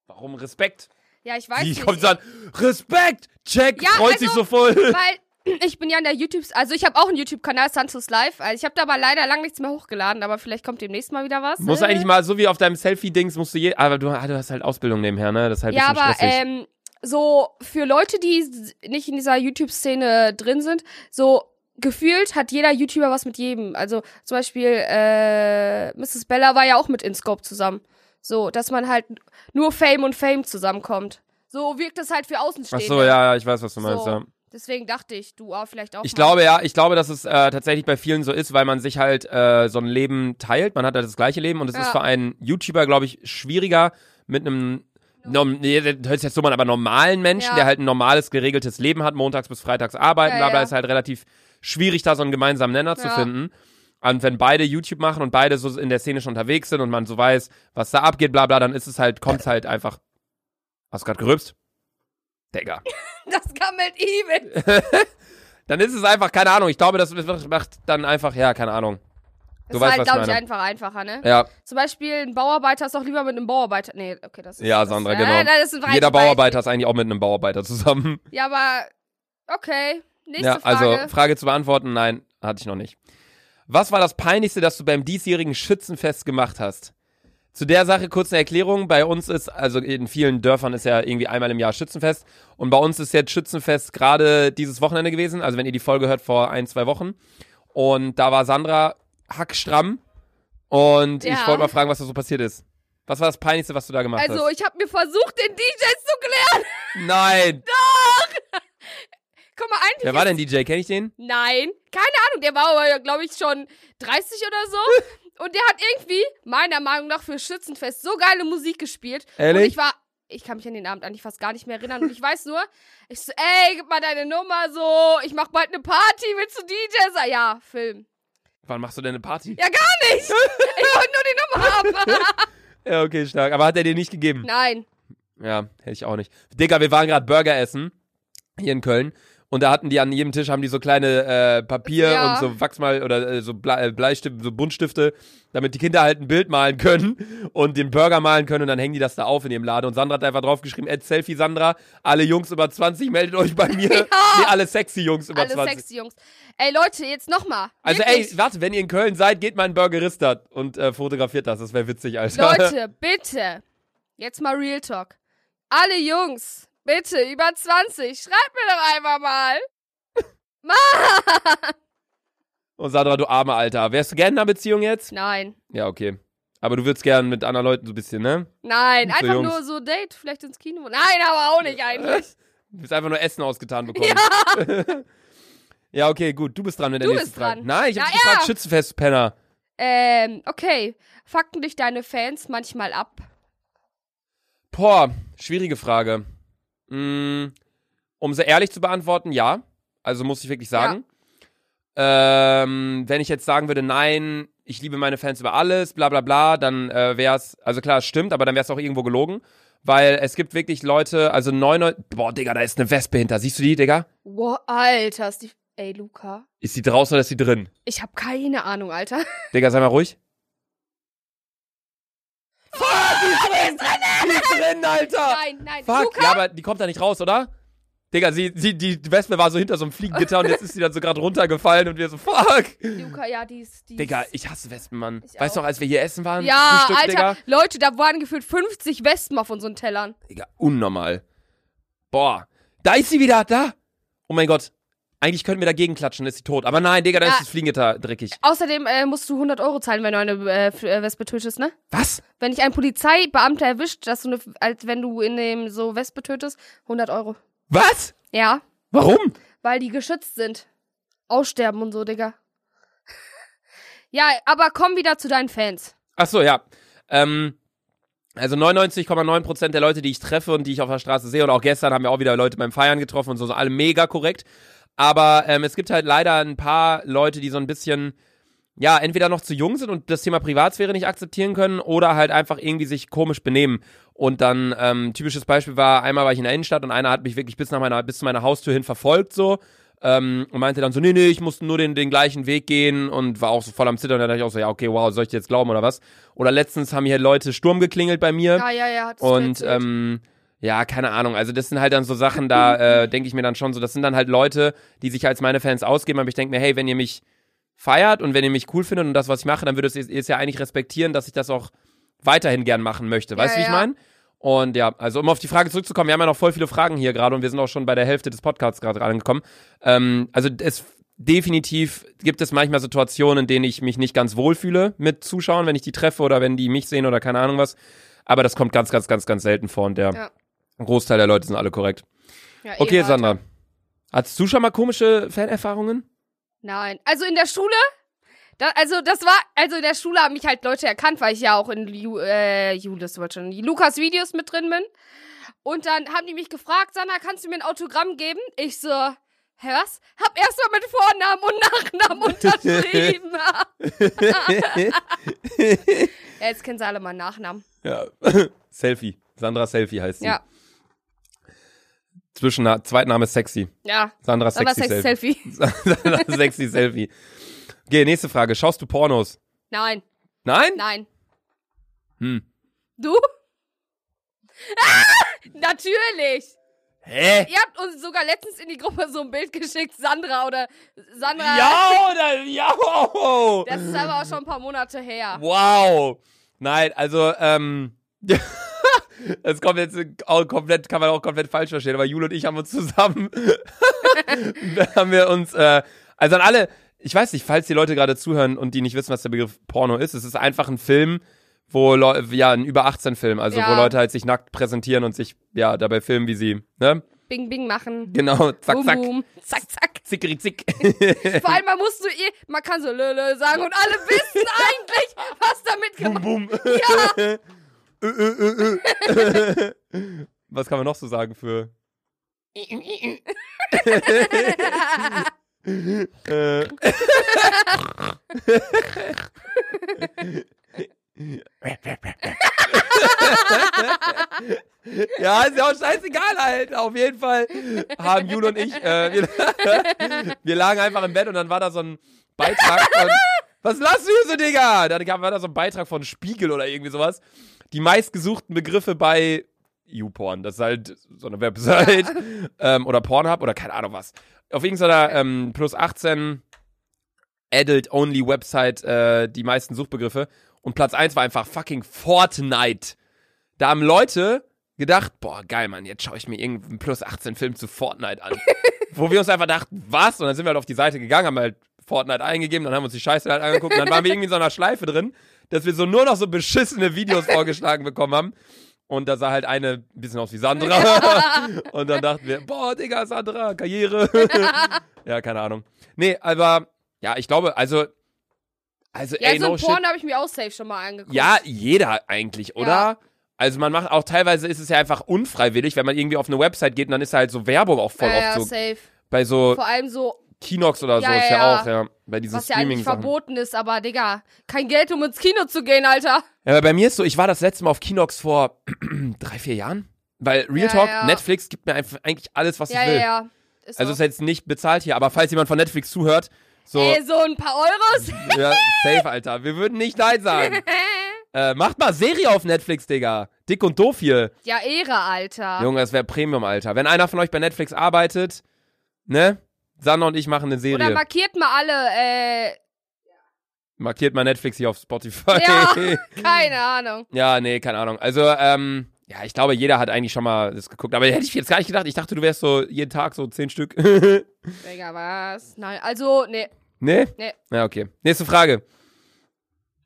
Warum Respekt?
Ja, ich weiß
die
nicht.
kommt so an, Respekt! Check!
Ja,
freut
also,
sich so voll.
weil ich bin ja in der YouTube, also ich habe auch einen YouTube-Kanal Santos Live. Also ich habe da aber leider lang nichts mehr hochgeladen, aber vielleicht kommt demnächst mal wieder was.
Muss
Äh,
eigentlich mal, so wie auf deinem Selfie-Dings, musst du je. Aber du, ah, du hast halt Ausbildung nebenher, ne? Das ist halt ein
Ja,
bisschen
aber
stressig.
ähm, so für Leute, die s- nicht in dieser YouTube-Szene drin sind, so gefühlt hat jeder YouTuber was mit jedem. Also zum Beispiel äh, Mrs. Bella war ja auch mit InScope zusammen. So, dass man halt nur Fame und Fame zusammenkommt. So wirkt das halt für
Ach
Außenstehende.
so, ja, ja, ich weiß, was du meinst,
So.
ja.
Deswegen dachte ich, du ah, vielleicht auch.
Ich
mal.
glaube ja, ich glaube, dass es äh, tatsächlich bei vielen so ist, weil man sich halt äh, so ein Leben teilt. Man hat halt das gleiche Leben und es
Ja.
ist für einen YouTuber, glaube ich, schwieriger mit einem norm- nee, das hört sich jetzt so an, aber normalen Menschen,
Ja.
der halt ein normales, geregeltes Leben hat, montags bis freitags arbeiten,
Ja,
bla bla,
ja.
ist halt relativ schwierig, da so einen gemeinsamen Nenner zu
Ja.
finden. Und wenn beide YouTube machen und beide so in der Szene schon unterwegs sind und man so weiß, was da abgeht, bla bla, dann ist es halt, kommt's halt einfach. Hast du gerade gerübst? Digga.
Das kam mit ihm.
Dann ist es einfach, keine Ahnung, ich glaube, das wird- macht dann einfach, ja, keine Ahnung.
Das war
weißt, was
halt,
ich
glaube ich,
meine.
einfach einfacher, ne?
Ja,
Zum Beispiel ein Bauarbeiter ist doch lieber mit einem Bauarbeiter. Nee, okay, das ist.
ja,
das-
Sandra,
äh,
genau.
nein, das ist ein
Jeder
Reich-
Bauarbeiter ist eigentlich auch mit einem Bauarbeiter zusammen.
Ja, aber okay. Nächste
ja,
Frage.
also Frage zu beantworten, nein, hatte ich noch nicht. Was war das Peinlichste, das du beim diesjährigen Schützenfest gemacht hast? Zu der Sache kurz eine Erklärung. Bei uns ist, also in vielen Dörfern ist ja irgendwie einmal im Jahr Schützenfest. Und bei uns ist jetzt Schützenfest gerade dieses Wochenende gewesen. Also wenn ihr die Folge hört, vor ein, zwei Wochen. Und da war Sandra hackstramm. Und ich
Ja.
wollte mal fragen, was da so passiert ist. Was war das Peinlichste, was du da gemacht
also
hast?
ich habe mir versucht, den DJs zu klären.
Nein!
Guck mal, eigentlich.
Wer war denn DJ? Kenn ich den?
Nein, keine Ahnung, der war aber, glaube ich, schon 30 oder so. Und der hat irgendwie, meiner Meinung nach, für Schützenfest so geile Musik gespielt. Und
Ehrlich?
ich war, ich kann mich an den Abend eigentlich fast gar nicht mehr erinnern. Und ich weiß nur, ich so, ey, gib mal deine Nummer so, ich mach bald eine Party, willst du DJ sein? Ja, Film.
Wann machst du denn eine Party?
Ja, gar nicht. Ich wollte nur die Nummer haben.
Ja, okay, stark. Aber hat er dir nicht gegeben?
Nein.
Ja, hätte ich auch nicht. Digga, wir waren gerade Burger essen hier in Köln und da hatten die an jedem Tisch haben die so kleine äh, Papier
Ja.
und so Wachsmal oder äh, so Ble äh, Bleistifte, so Buntstifte, damit die Kinder halt ein Bild malen können und den Burger malen können und dann hängen die das da auf in dem Laden und Sandra hat einfach draufgeschrieben, Add Selfie Sandra, alle Jungs über 20 meldet euch bei mir. Nee, alle sexy Jungs über
Alle
20.
sexy Jungs. Ey, Leute, jetzt nochmal.
Also ey, warte, wenn ihr in Köln seid, geht mal in Burgerista und äh, fotografiert das, das wäre witzig, Alter.
Leute, bitte. Jetzt mal Real Talk. Alle Jungs, bitte, über 20, schreibt mir doch einfach mal.
Und Sandra, du arme Alter, wärst du gerne in einer Beziehung jetzt?
Nein.
Ja, okay. Aber du würdest gern mit anderen Leuten so ein bisschen, ne?
Nein,
Für
einfach
Jungs.
nur so Date, vielleicht ins Kino. Nein, aber auch nicht eigentlich.
Du bist einfach nur Essen ausgetan bekommen. Ja, okay, gut. Du bist dran mit der
Du
nächsten
bist
Frage.
dran.
Nein, ich hab
Na
dich gefragt, Schützenfest, Penner.
Ähm, okay. Fakten dich deine Fans manchmal ab.
Boah, schwierige Frage. Mm, Um sie ehrlich zu beantworten, ja. Also muss ich wirklich sagen. Ähm, wenn ich jetzt sagen würde, nein, ich liebe meine Fans über alles, bla bla bla, dann äh, wär's, also klar, es stimmt, aber dann wär's auch irgendwo gelogen. Weil es gibt wirklich Leute, also neun, boah, Digga, da ist eine Wespe hinter. Siehst du die, Digga?
Wow, Alter, ist die. Ey, Luca.
Ist die draußen oder ist die drin?
Ich hab keine Ahnung, Alter.
Digga, sei mal ruhig. Fuck, die ist drin! Die ist drin, Alter!
Nein, nein.
Ah, Fuck,
Luca,
ja, aber die kommt da nicht raus, oder? Digga, sie, sie, die Wespe war so hinter so einem Fliegengitter und jetzt ist sie dann so gerade runtergefallen und wir so, fuck!
Luca, ja, die ist. Die
Digga,
ist-
ich hasse Wespen, Mann.
Ich
Weißt du
auch.
noch, als wir hier essen waren?
ja,
Frühstück,
Alter,
Digga?
Leute, da waren gefühlt 50 Wespen auf unseren Tellern.
Digga, unnormal. Boah, da ist sie wieder, da! Oh mein Gott, eigentlich könnten wir dagegen klatschen, ist sie tot. Aber nein, Digga, da
Ja.
ist das Fliegengitter dreckig.
Außerdem äh, musst du 100 Euro zahlen, wenn du eine äh, F- äh, Wespe tötest, ne?
Was?
Wenn dich ein Polizeibeamter erwischt, dass du eine, als wenn du in dem so Wespe tötest, 100 Euro.
Was?
Ja,
Warum?
weil die geschützt sind. Aussterben und so, Digga. ja, aber komm wieder zu deinen Fans.
Ach so, ja. Ähm, also 99,9% der Leute, die ich treffe und die ich auf der Straße sehe und auch gestern haben wir auch wieder Leute beim Feiern getroffen und so, so alle mega korrekt. Aber ähm, es gibt halt leider ein paar Leute, die so ein bisschen, ja, entweder noch zu jung sind und das Thema Privatsphäre nicht akzeptieren können oder halt einfach irgendwie sich komisch benehmen. Und dann, ähm, typisches Beispiel war, einmal war ich in der Innenstadt und einer hat mich wirklich bis, nach meiner, bis zu meiner Haustür hin verfolgt so ähm, und meinte dann so, nee, nee, ich musste nur den, den gleichen Weg gehen und war auch so voll am Zittern. Da dachte ich auch so, ja, okay, wow, soll ich dir jetzt glauben oder was? Oder letztens haben hier Leute Sturm geklingelt bei mir.
Ja, ja, ja. das ist
Ähm, Und
erzählt.
ähm, ja, keine Ahnung. Also das sind halt dann so Sachen, da äh, denke ich mir dann schon so, das sind dann halt Leute, die sich als meine Fans ausgeben, aber ich denke mir, hey, wenn ihr mich feiert und wenn ihr mich cool findet und das, was ich mache, dann würdet ihr ihr es ja eigentlich respektieren, dass ich das auch weiterhin gern machen möchte. Weißt du, wie ich
ja.
meine? Und ja, also um auf die Frage zurückzukommen, wir haben ja noch voll viele Fragen hier gerade und wir sind auch schon bei der Hälfte des Podcasts gerade angekommen. Ähm, also es definitiv gibt es manchmal Situationen, in denen ich mich nicht ganz wohlfühle mit Zuschauern, wenn ich die treffe oder wenn die mich sehen oder keine Ahnung was. Aber das kommt ganz, ganz, ganz, ganz selten vor und der
Ja.
Großteil der Leute sind alle korrekt.
Ja, eh
Okay,
weiter.
Sandra. Hattest du schon mal komische Fanerfahrungen?
Nein. Also in der Schule? Da, also das war, also in der Schule haben mich halt Leute erkannt, weil ich ja auch in Ju, äh, Julius, wollte schon, Lukas Videos mit drin bin. Und dann haben die mich gefragt, Sandra, kannst du mir ein Autogramm geben? Ich so, hä, was? Hab erstmal mit Vornamen und Nachnamen unterschrieben. ja, jetzt kennen sie alle meinen Nachnamen.
Ja. Selfie. Sandra Selfie heißt sie.
Ja,
Zwischen Zweitname Sexy.
ja.
Sandra
Sandra
Sexy
Sex
Selfie.
Selfie.
Sandra Sexy Selfie. Okay, nächste Frage. Schaust du Pornos?
Nein,
Nein?
nein.
Hm.
Du? Ah, natürlich.
Hä?
Ihr habt uns sogar letztens in die Gruppe so ein Bild geschickt, Sandra oder Sandra.
Ja oder ja?
Das ist aber auch schon ein paar Monate her.
Wow. Nein, also, ähm. Das kommt jetzt auch komplett, kann man auch komplett falsch verstehen, aber Jule und ich haben uns zusammen, haben wir uns, äh, also an alle, ich weiß nicht, falls die Leute gerade zuhören und die nicht wissen, was der Begriff Porno ist, es ist einfach ein Film, wo Leute, ja, ein über 18 Film, also
Ja.
wo Leute halt sich nackt präsentieren und sich, ja, dabei filmen, wie sie, ne?
Bing, bing machen.
Genau, zack,
boom,
zack,
boom. Zack, zack.
zickeri zick.
Vor allem, man muss so eh, man kann so lölö sagen und alle wissen eigentlich, was damit gemacht
Bum. Ö, ö, ö, ö. Was kann man noch so sagen für. Äh. ja, ist ja auch scheißegal halt. Auf jeden Fall haben Jule und ich, äh, wir, wir lagen einfach im Bett und dann war da so ein Beitrag von. Was lachst du hier so, Digga? Dann gab, war da so ein Beitrag von Spiegel oder irgendwie sowas. Die meistgesuchten Begriffe bei YouPorn. Das ist halt so eine Website. Ähm, oder Pornhub oder keine Ahnung was. Auf irgendeiner ähm, plus 18 Adult-Only-Website äh, die meisten Suchbegriffe. Und Platz 1 war einfach fucking Fortnite. Da haben Leute gedacht, boah, geil, Mann, jetzt schaue ich mir irgendeinen plus 18 Film zu Fortnite an. Wo wir uns einfach dachten, was? Und dann sind wir halt auf die Seite gegangen, haben halt Fortnite eingegeben, dann haben wir uns die Scheiße halt angeguckt und dann waren wir irgendwie in so einer Schleife drin, dass wir so nur noch so beschissene Videos vorgeschlagen bekommen haben. Und da sah halt eine ein bisschen aus wie Sandra. Und dann dachten wir, boah, Digga, Sandra, Karriere. Ja, keine Ahnung. Nee, aber ja, ich glaube, also, also,
Ja,
ey,
so
no
ein
shit.
Porn habe ich mir auch safe schon mal angeguckt.
Ja, jeder eigentlich, oder?
Ja.
Also man macht auch teilweise ist es ja einfach unfreiwillig, wenn man irgendwie auf eine Website geht und dann ist da halt so Werbung auch voll
ja, ja,
oft so
safe.
bei so
Vor allem so,
Kinox oder so
Ja, ja,
ist ja,
ja.
auch ja bei diesen
was ja eigentlich
Streaming Sachen. Ja,
verboten ist, aber Digga, kein Geld, um ins Kino zu gehen, Alter.
aber bei mir ist so, ich war das letzte Mal auf Kinox vor drei vier Jahren, weil
Ja,
Real Talk
ja.
Netflix gibt mir einfach eigentlich alles was
Ja,
ich will.
ja, ja. Ist
Also ist
so.
jetzt nicht bezahlt hier, aber falls jemand von Netflix zuhört, so
Ey, so ein paar Euros.
ja, safe Alter, wir würden nicht nein sagen. äh, macht mal Serie auf Netflix, Digga. Dick und doof hier.
Ja, Ehre, Alter.
Junge, das wäre Premium, Alter. Wenn einer von euch bei Netflix arbeitet, ne? Sanna und ich machen eine
Oder
Serie.
markiert mal alle, äh,
Markiert mal Netflix hier auf Spotify.
Ja. keine Ahnung.
Ja, nee, keine Ahnung. Also, ähm, ja, ich glaube, jeder hat eigentlich schon mal das geguckt. Aber hätte ich jetzt gar nicht gedacht. Ich dachte, du wärst so jeden Tag so zehn Stück. Ne?
Digga, was? Nein, also, nee.
nee?
Nee.
Ja, okay. Nächste Frage.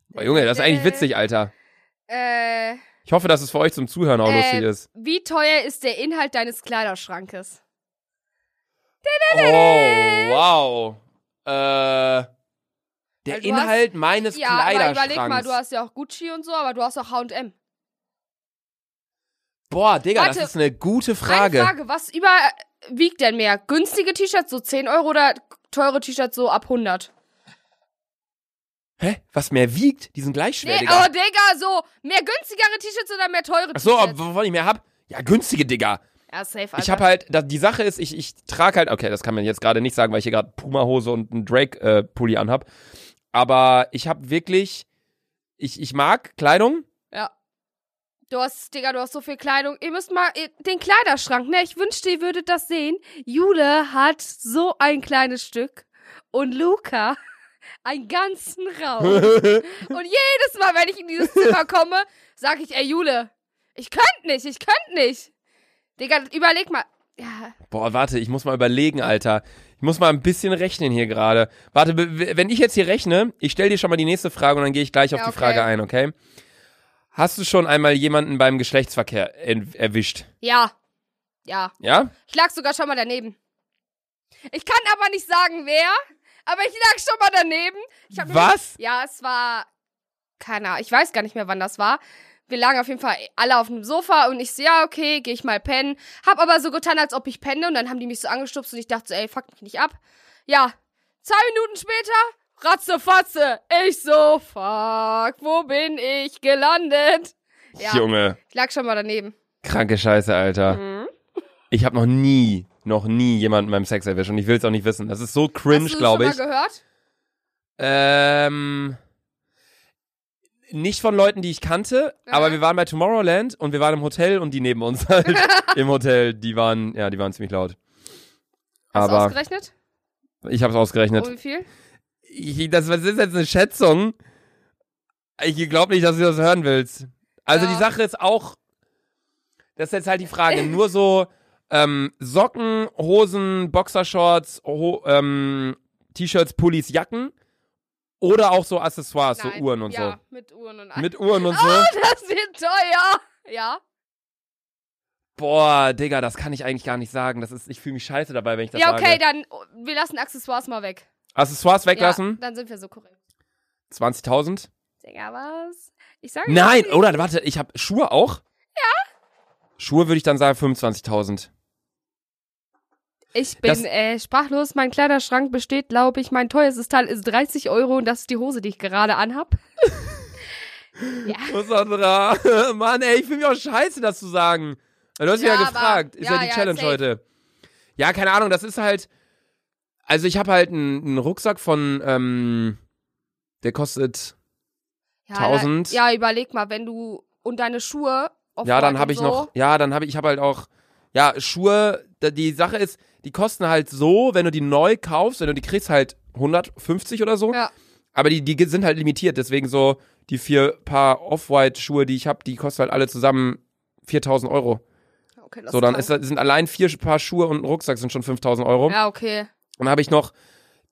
Boah, Junge, das ist eigentlich
Äh.
witzig, Alter.
Äh,
Ich hoffe, dass es für euch zum Zuhören auch lustig
äh,
ist.
Wie teuer ist der Inhalt deines Kleiderschrankes?
Oh, wow. Äh, der
Weil du hast-
Inhalt meines
ja, aber
Kleiderschranks.
überleg mal, du hast ja auch Gucci und so, aber du hast auch H&M.
Boah, Digga,
Warte.
das ist eine gute
Eine
Frage.
Frage, was überwiegt denn mehr? Günstige T-Shirts so 10 Euro oder teure T-Shirts so ab 100?
Hä? Was mehr wiegt? Die sind gleich schwer,
Nee,
Digga.
oh Digga, so mehr günstigere T-Shirts oder mehr teure
Ach
T-Shirts?
so, ob- wovon ich mehr hab? Ja, günstige, Digga.
ja, safe, Alter.
Ich hab halt, da, die Sache ist, ich, ich trage halt, okay, das kann man jetzt gerade nicht sagen, weil ich hier gerade Puma-Hose und einen Drake-Pulli anhab. Aber ich hab wirklich, ich, ich mag Kleidung.
Ja. Du hast, Digga, du hast so viel Kleidung. Ihr müsst mal ihr, den Kleiderschrank, ne? Ich wünschte, ihr würdet das sehen. Jule hat so ein kleines Stück und Luca einen ganzen Raum. und jedes Mal, wenn ich in dieses Zimmer komme, sage ich, ey Jule, ich könnt nicht, ich könnt nicht. Digga, überleg mal. Ja.
Boah, warte, ich muss mal überlegen, Alter. Ich muss mal ein bisschen rechnen hier gerade. Warte, be- be- wenn ich jetzt hier rechne, ich stell dir schon mal die nächste Frage und dann gehe ich gleich auf
Ja,
die
okay.
Frage ein, okay? Hast du schon einmal jemanden beim Geschlechtsverkehr en- erwischt?
Ja. Ja.
Ja?
Ich lag sogar schon mal daneben. Ich kann aber nicht sagen, wer, aber ich lag schon mal daneben. Ich hab nur-
Was?
Ja, es war. Keine Ahnung, ich weiß gar nicht mehr, wann das war. Wir lagen auf jeden Fall alle auf dem Sofa und ich so, ja, okay, gehe ich mal pennen. Hab aber so getan, als ob ich penne und dann haben die mich so angestupst und ich dachte so, ey, fuck mich nicht ab. Ja, zwei Minuten später, ratze, fatze. Ich so, fuck, wo bin ich gelandet? Ja,
Junge,
ich lag schon mal daneben.
kranke Scheiße, Alter.
Mhm.
Ich habe noch nie, noch nie jemanden beim Sex erwischt und ich will es auch nicht wissen. Das ist so
Hast
cringe,
du
glaube ich.
schon mal gehört?
Ähm. Nicht von Leuten, die ich kannte,
Ja.
aber wir waren bei Tomorrowland und wir waren im Hotel und die neben uns halt im Hotel, die waren, ja, die waren ziemlich laut.
Hast du
Aber
ausgerechnet?
ich habe es ausgerechnet.
Oh, wie viel?
Ich, das, das ist jetzt eine Schätzung. Ich glaube nicht, dass du das hören willst. Also
Ja.
die Sache ist auch, das ist jetzt halt die Frage, nur so ähm, Socken, Hosen, Boxershorts, ho ähm, T-Shirts, Pullis, Jacken oder auch so Accessoires,
Nein.
so Uhren und
ja, Oh, mit Uhren und
so.
allem.
Mit Uhren und so.
Das wird teuer. Ja.
Boah, Digga, das kann ich eigentlich gar nicht sagen. Das ist, ich fühle mich scheiße dabei, wenn ich das
ja, okay,
sage.
dann oh, wir lassen Accessoires mal weg.
Accessoires weglassen?
Ja, dann sind wir so korrekt.
20.000?
Digga, was? Ich sage
Nein, oder warte, ich habe Schuhe auch? Ja. Schuhe würde ich dann sagen 25.000.
Ich
Das-
bin äh, sprachlos. Mein Kleiderschrank besteht, glaube ich, mein teuerstes Teil ist 30 Euro und das ist die Hose, die ich gerade anhab.
Oh, Sandra, Mann, ey, ich fühle mich auch scheiße, das zu sagen. Du hast
Ja,
mich ja
aber-
gefragt. Ist ja,
ja,
die
ja,
Challenge
safe.
heute. Ja, keine Ahnung, das ist halt. Also ich habe halt einen, einen Rucksack von, ähm, der kostet.
Ja,
1000.
da- Ja, überleg mal, wenn du und deine Schuhe. Auf
ja, dann
Rock
habe
und
ich
so,
noch. Ja, dann habe ich, ich habe halt auch. Ja, Schuhe, da- die Sache ist, die kosten halt so, wenn du die neu kaufst, wenn du die kriegst, halt 150 oder so.
Ja,
Aber die, die sind halt limitiert, deswegen so die vier Paar Off-White-Schuhe, die ich habe, die kosten halt alle zusammen 4000 Euro.
okay, das
so, dann
krank.
ist, das- sind allein vier Paar Schuhe und ein Rucksack sind schon 5000 Euro.
Ja, okay.
Und dann habe ich noch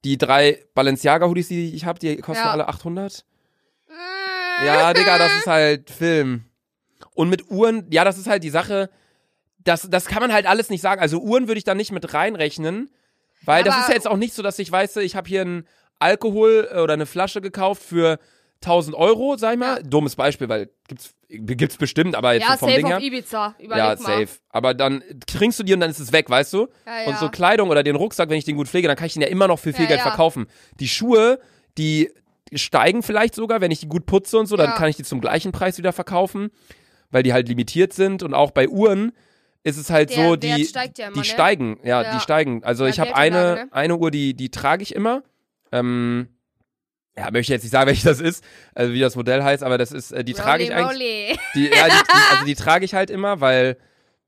die drei Balenciaga-Hoodies, die ich habe, die kosten
Ja. Mm.
alle 800. Ja, Digga, das ist halt Film. Und mit Uhren, ja, das ist halt die Sache, das, das kann man halt alles nicht sagen. Also Uhren würde ich da nicht mit reinrechnen, weil das
Aber-
ist ja jetzt auch nicht so, dass ich weiß, ich habe hier einen Alkohol äh, oder eine Flasche gekauft für 1000 Euro, sag ich mal.
Ja.
Dummes Beispiel, weil gibt's, gibt's bestimmt, aber jetzt
ja,
so vom
safe
Ding her.
auf Ibiza. Überleg
Ja,
mal.
safe. Aber dann trinkst du die und dann ist es weg, weißt du?
Ja, Ah, ja.
Und so Kleidung oder den Rucksack, wenn ich den gut pflege, dann kann ich den ja immer noch für viel
Ja,
Geld
ja.
verkaufen. Die Schuhe, die steigen vielleicht sogar, wenn ich die gut putze und so, dann
Ja.
kann ich die zum gleichen Preis wieder verkaufen, weil die halt limitiert sind. Und auch bei Uhren ist es halt
Der
so,
Wert
die,
steigt ja immer,
die
ne?
steigen, ja,
Ja.
die steigen. Also
Ja,
ich habe eine,
Geldanlage, ne?
eine Uhr, die, die trage ich immer. Ähm, ja, möchte ich jetzt nicht sagen, welche das ist, also wie das Modell heißt, aber das ist, äh, die trage ich
Rolli,
eigentlich.
Rolli.
Die, ja, die, die, also die trage ich halt immer, weil,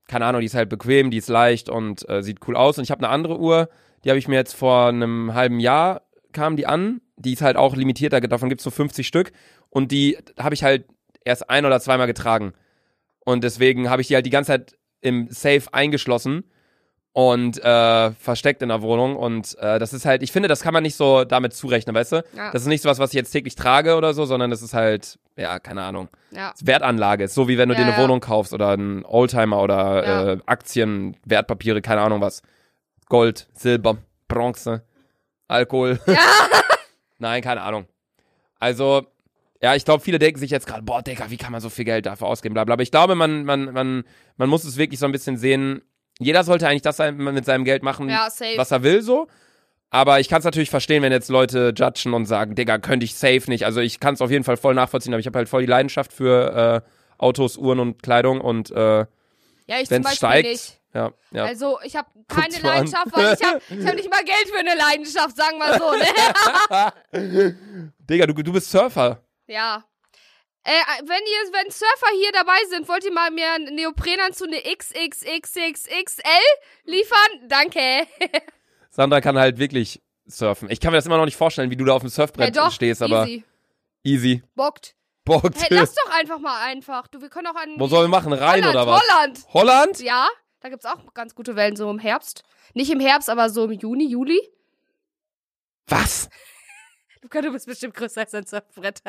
keine Ahnung, die ist halt bequem, die ist leicht und äh, sieht cool aus. Und ich habe eine andere Uhr, die habe ich mir jetzt vor einem halben Jahr, kam die an. Die ist halt auch limitiert, da- davon gibt's so 50 Stück. Und die habe ich halt erst ein oder zweimal getragen. Und deswegen habe ich die halt die ganze Zeit im Safe eingeschlossen und äh, versteckt in der Wohnung. Und äh, das ist halt, ich finde, das kann man nicht so damit zurechnen, weißt du?
Ja,
Das ist nicht so was, was ich jetzt täglich trage oder so, sondern das ist halt, ja, keine Ahnung.
ja.
Wertanlage ist, so wie wenn du
Ja,
dir eine
ja.
Wohnung kaufst oder einen Oldtimer oder
Ja.
äh, Aktien, Wertpapiere, keine Ahnung was. Gold, Silber, Bronze, Alkohol. Nein, keine Ahnung. Also, ja, ich glaube, viele denken sich jetzt gerade, boah, Digga, wie kann man so viel Geld dafür ausgeben, bla bla. Aber ich glaube, man, man, man, man muss es wirklich so ein bisschen sehen. Jeder sollte eigentlich das sein- mit seinem Geld machen,
Ja, safe.
was er will, so. Aber ich kann es natürlich verstehen, wenn jetzt Leute judgen und sagen, Digga, könnte ich safe nicht. Also ich kann es auf jeden Fall voll nachvollziehen, aber ich habe halt voll die Leidenschaft für äh, Autos, Uhren und Kleidung und äh,
ja, ich zum
wenn es
Beispiel
steigt.
nicht.
Ja, ja.
Also ich habe keine
mal an.
Leidenschaft, weil ich habe ich hab nicht mal Geld für eine Leidenschaft, sagen wir so. Ne?
Digga, du, du bist Surfer.
ja. Äh, wenn ihr, wenn Surfer hier dabei sind, wollt ihr mal mir einen Neoprenanzug, eine XXXXXL liefern? Danke.
Sandra kann halt wirklich surfen. Ich kann mir das immer noch nicht vorstellen, wie du da auf dem
Ja,
Surfbrett
Äh, doch,
stehst, aber easy.
easy. Bockt.
Bock.
Hey, lass doch einfach mal einfach. Du, wir können auch an
Wo sollen wir machen? Rein
Holland,
oder was?
Holland.
Holland?
Ja, Da gibt's auch ganz gute Wellen so im Herbst. Nicht im Herbst, aber so im Juni, Juli.
Was?
Luca, du bist bestimmt größer als ein Surfbrett.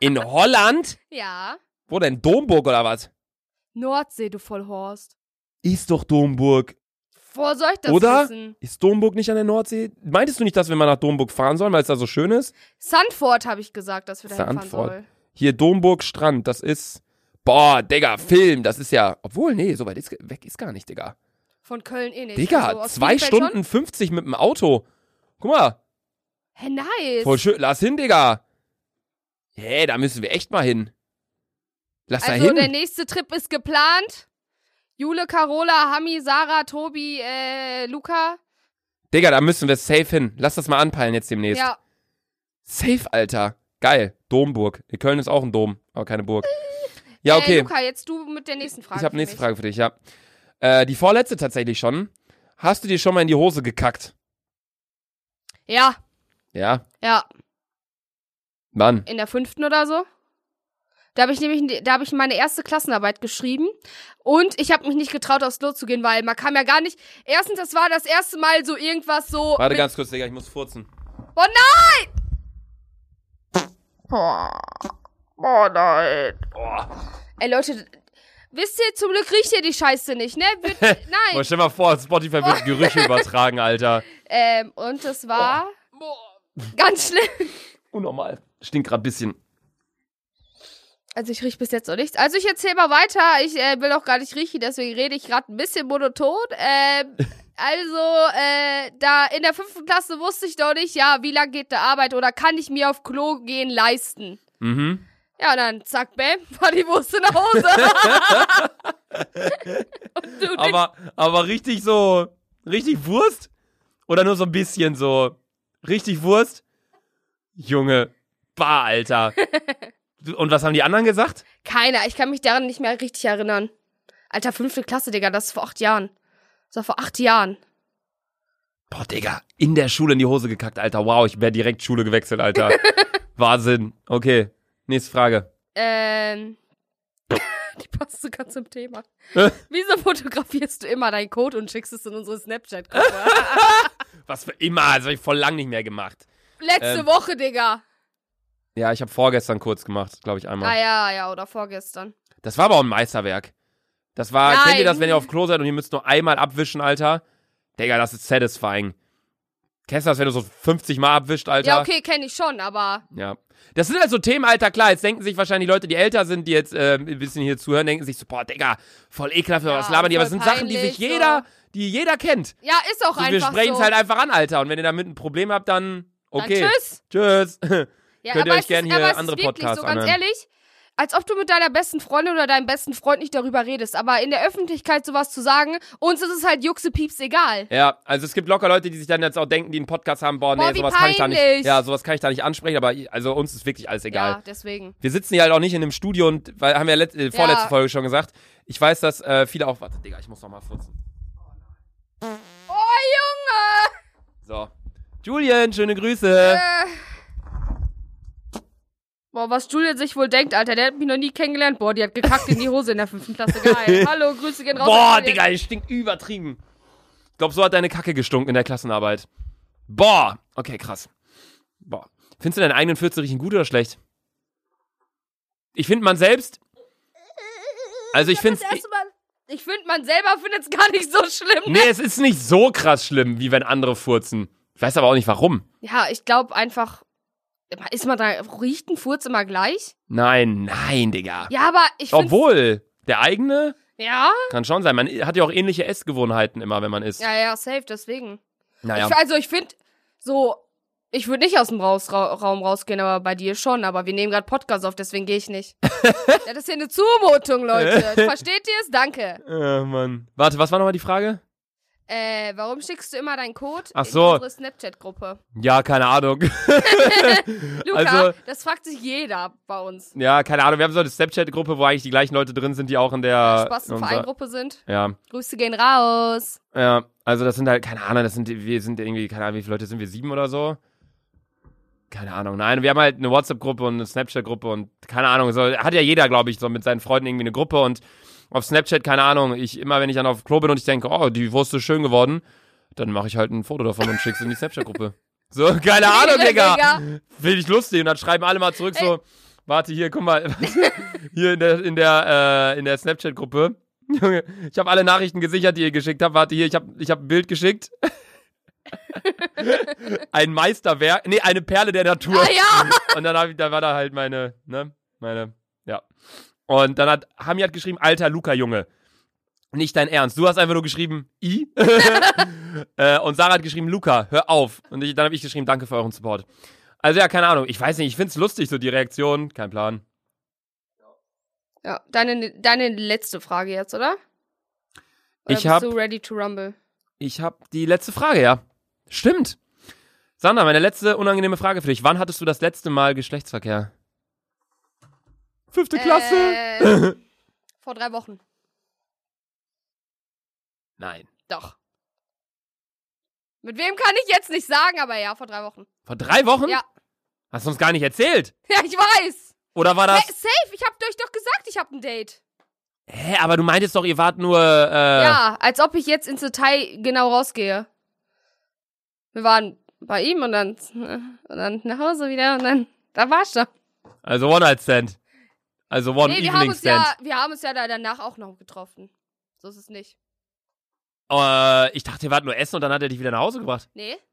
In Holland?
ja.
Wo denn? Domburg oder was?
Nordsee, du Vollhorst.
Ist doch Domburg.
Wo soll ich das
Oder?
wissen?
Ist Domburg nicht an der Nordsee? Meintest du nicht, dass wir mal nach Domburg fahren sollen, weil es da so schön ist?
Sandford habe ich gesagt, dass wir da fahren
Sandford.
sollen.
Hier Domburg Strand, das ist. Boah, Digga, Film, das ist ja. Obwohl, nee, so weit ist, ge- weg ist gar nicht, Digga.
Von Köln eh nicht. Also
Digga,
aus
zwei
Bielefeld schon?
Stunden 50 mit dem Auto. Guck mal,
Hä, nice.
voll schön. Lass hin, Digga. Hä, hey, da müssen wir echt mal hin. Lass
also
da
der
hin.
nächste Trip ist geplant. Jule, Carola, Hami, Sarah, Tobi, äh, Luca.
Digga, da müssen wir safe hin. Lass das mal anpeilen jetzt demnächst.
Ja.
Safe, Alter. Geil. Domburg. In Köln ist auch ein Dom, aber keine Burg. Ja,
Äh,
okay.
Luca, jetzt du mit der nächsten Frage.
ich habe
für
nächste
mich.
Frage für dich, ja. Äh, die vorletzte tatsächlich schon. Hast du dir schon mal in die Hose gekackt?
Ja,
Ja.
ja.
Mann.
in der fünften oder so. Da habe ich nämlich, da habe ich meine erste Klassenarbeit geschrieben und ich habe mich nicht getraut, aufs Klo zu gehen, weil man kam ja gar nicht. Erstens, das war das erste Mal so irgendwas so.
Warte
mit-
ganz kurz, Digga, ich muss furzen.
oh nein! Oh nein. Ey Leute, wisst ihr, zum Glück riecht ihr die Scheiße nicht, ne? Wird,
Boah,
nein.
stell mal vor, Spotify wird Gerüche übertragen, Alter.
ähm, und das war ganz schlimm.
Unnormal. Stinkt grad bisschen.
Also ich riech bis jetzt noch nichts. Also ich erzähle mal weiter. Ich äh, will auch gar nicht riechen, deswegen rede ich gerade ein bisschen monoton. Ähm, also äh, da in der fünften Klasse wusste ich doch nicht, ja, wie lange geht die Arbeit oder kann ich mir auf Klo gehen leisten?
Mhm.
Ja, dann zack, bam, war die Wurst in der Hose. Und du denkst,
Aber, aber richtig so, richtig Wurst? Oder nur so ein bisschen so, richtig Wurst? Junge, bah, Alter. Du- Und was haben die anderen gesagt?
keiner. Ich kann mich daran nicht mehr richtig erinnern. Alter, fünfte Klasse, Digga, das ist vor acht Jahren. Das war vor acht Jahren.
Boah, Digga, in der Schule in die Hose gekackt, Alter. Wow, ich wäre direkt Schule gewechselt, Alter. Wahnsinn. Okay, nächste Frage.
Ähm. Die passt sogar zum Thema. Wieso fotografierst du immer deinen Code und schickst es in unsere Snapchat-Gruppe?
Was für immer, das habe ich voll lang nicht mehr gemacht.
Letzte
Ähm.
Woche, Digga.
Ja, ich habe vorgestern kurz gemacht, glaube ich einmal.
Ah ja, ja, oder vorgestern.
Das war aber auch ein Meisterwerk. Das war,
Nein.
kennt ihr das, wenn ihr auf Klo seid und ihr müsst nur einmal abwischen, Alter? Digga, das ist satisfying. Kennst du das, wenn du so 50 Mal abwischt, Alter?
Ja, okay, kenne ich schon, aber
Ja. Das sind halt so Themen, Alter, klar. Jetzt denken sich wahrscheinlich Leute, die älter sind, die jetzt äh, ein bisschen hier zuhören, denken sich so, boah, Digga, voll ekelhaft,
Ja,
was labern die? Aber das
voll
sind Sachen, die
peinlich,
sich jeder, die jeder kennt.
ja, ist auch
So, wir
einfach
sprechen es
so.
halt einfach an, Alter. Und wenn ihr damit ein Problem habt, dann okay.
Dann tschüss.
tschüss.
Ja,
Könnt ihr
aber
euch
es
gerne
ist,
hier
aber es
andere
ist wirklich
Podcasts
so, ganz
anhören.
ehrlich, als ob du mit deiner besten Freundin oder deinem besten Freund nicht darüber redest. Aber in der Öffentlichkeit sowas zu sagen, uns ist es halt Juxepieps egal.
Ja, also es gibt locker Leute, die sich dann jetzt auch denken, die einen Podcast haben, boah, nee,
Boah, wie
sowas kann ich da nicht.
peinlich.
Ja, sowas kann ich da nicht ansprechen, aber i- also uns ist wirklich alles egal.
Ja, deswegen.
Wir sitzen hier halt auch nicht in einem Studio und weil haben wir let, äh, vorletzte
Ja.
Folge schon gesagt. Ich weiß, dass äh, viele auch warte, Digga, ich muss noch mal furzen.
Oh, Junge!
So. Julian, schöne Grüße.
Boah, was Julian sich wohl denkt, Alter, der hat mich noch nie kennengelernt. Boah, die hat gekackt in die Hose in der fünften Klasse. Geil. Hallo, Grüße gehen raus.
Boah,
an Julian.
Digga, ich stinkt übertrieben. Ich glaube, so hat deine Kacke gestunken in der Klassenarbeit. Boah. Okay, krass. Boah. Findest du deinen eigenen Fürze riechen gut oder schlecht? Ich finde man selbst. Also ich finde
Das erste Mal, ich finde, man selber findet es gar nicht so schlimm.
Nee, es ist nicht so krass schlimm, wie wenn andere furzen. Ich weiß aber auch nicht warum.
Ja, ich glaube einfach, ist man da, riecht ein Furz immer gleich?
Nein, nein, Digga.
Ja, aber ich finde.
Obwohl, der eigene
Ja?
kann schon sein. Man hat ja auch ähnliche Essgewohnheiten immer, wenn man isst.
Ja, ja, safe, deswegen.
Naja.
Ich, also, ich finde, so, ich würde nicht aus dem Raus Ra Raum rausgehen, aber bei dir schon. Aber wir nehmen gerade Podcast auf, deswegen gehe ich nicht. ja, das ist hier eine Zumutung, Leute. Versteht ihr es? Danke.
Äh, Mann. Warte, was war nochmal die Frage?
Äh, warum schickst du immer deinen Code
Ach
in
so.
unsere Snapchat-Gruppe?
Ja, keine Ahnung.
Luca,
Also-
das fragt sich jeder bei uns.
ja, keine Ahnung. Wir haben so eine Snapchat-Gruppe, wo eigentlich die gleichen Leute drin sind, die auch in der. in unserer-
Spastenverein-Gruppe sind.
Ja.
Grüße gehen raus.
Ja. Also das sind halt, keine Ahnung, das sind, wir sind irgendwie, keine Ahnung, wie viele Leute sind wir? Sieben oder so? Keine Ahnung. Nein, wir haben halt eine WhatsApp-Gruppe und eine Snapchat-Gruppe und keine Ahnung. So, hat ja jeder, glaube ich, so mit seinen Freunden irgendwie eine Gruppe und auf Snapchat, keine Ahnung, ich immer, wenn ich dann auf Klo bin und ich denke, oh, die Wurst ist schön geworden, dann mache ich halt ein Foto davon und schick's in die Snapchat-Gruppe. So, keine Ahnung, Digga. Finde ich lustig. Und dann schreiben alle mal zurück so, warte hier, guck mal, hier in der, in der, äh, in der Snapchat-Gruppe. Junge, ich habe alle Nachrichten gesichert, die ihr geschickt habt. Warte hier, ich habe ich hab ein Bild geschickt. ein Meisterwerk, nee, eine Perle der Natur.
Ah, ja.
Und dann, hab ich, dann war da halt meine, ne, meine, ja. Und dann hat Hami hat geschrieben, alter Luca Junge, nicht dein Ernst. Du hast einfach nur geschrieben, I. äh, und Sarah hat geschrieben, Luca, hör auf. Und ich, dann habe ich geschrieben, danke für euren Support. Also ja, keine Ahnung, ich weiß nicht, ich find's lustig, so die Reaktion, kein Plan.
Ja, deine, deine letzte Frage jetzt, oder? Oder
Ich hab-
Bist du ready to rumble?
Ich habe die letzte Frage, ja. Stimmt. Sandra, meine letzte unangenehme Frage für dich. Wann hattest du das letzte Mal Geschlechtsverkehr? Fünfte
Äh, vor drei Wochen.
Nein.
Doch. Mit wem kann ich jetzt nicht sagen, aber ja, vor drei Wochen.
Vor drei Wochen?
Ja.
Hast du uns gar nicht erzählt?
Ja, ich weiß.
Oder war
Hey,
das.
safe, ich hab euch doch gesagt, ich hab ein Date.
Hä, aber du meintest doch, ihr wart nur. Äh,
Ja, als ob ich jetzt ins Detail genau rausgehe. Wir waren bei ihm und dann, äh, und dann nach Hause wieder und dann, da war ich doch.
Also One-Night-Stand. Also
Nee, wir haben, uns
One-Evening-Stand.
ja, wir haben uns ja da danach auch noch getroffen. So ist es nicht.
äh, ich dachte, ihr wart nur essen und dann hat er dich wieder nach Hause gebracht.
Nee?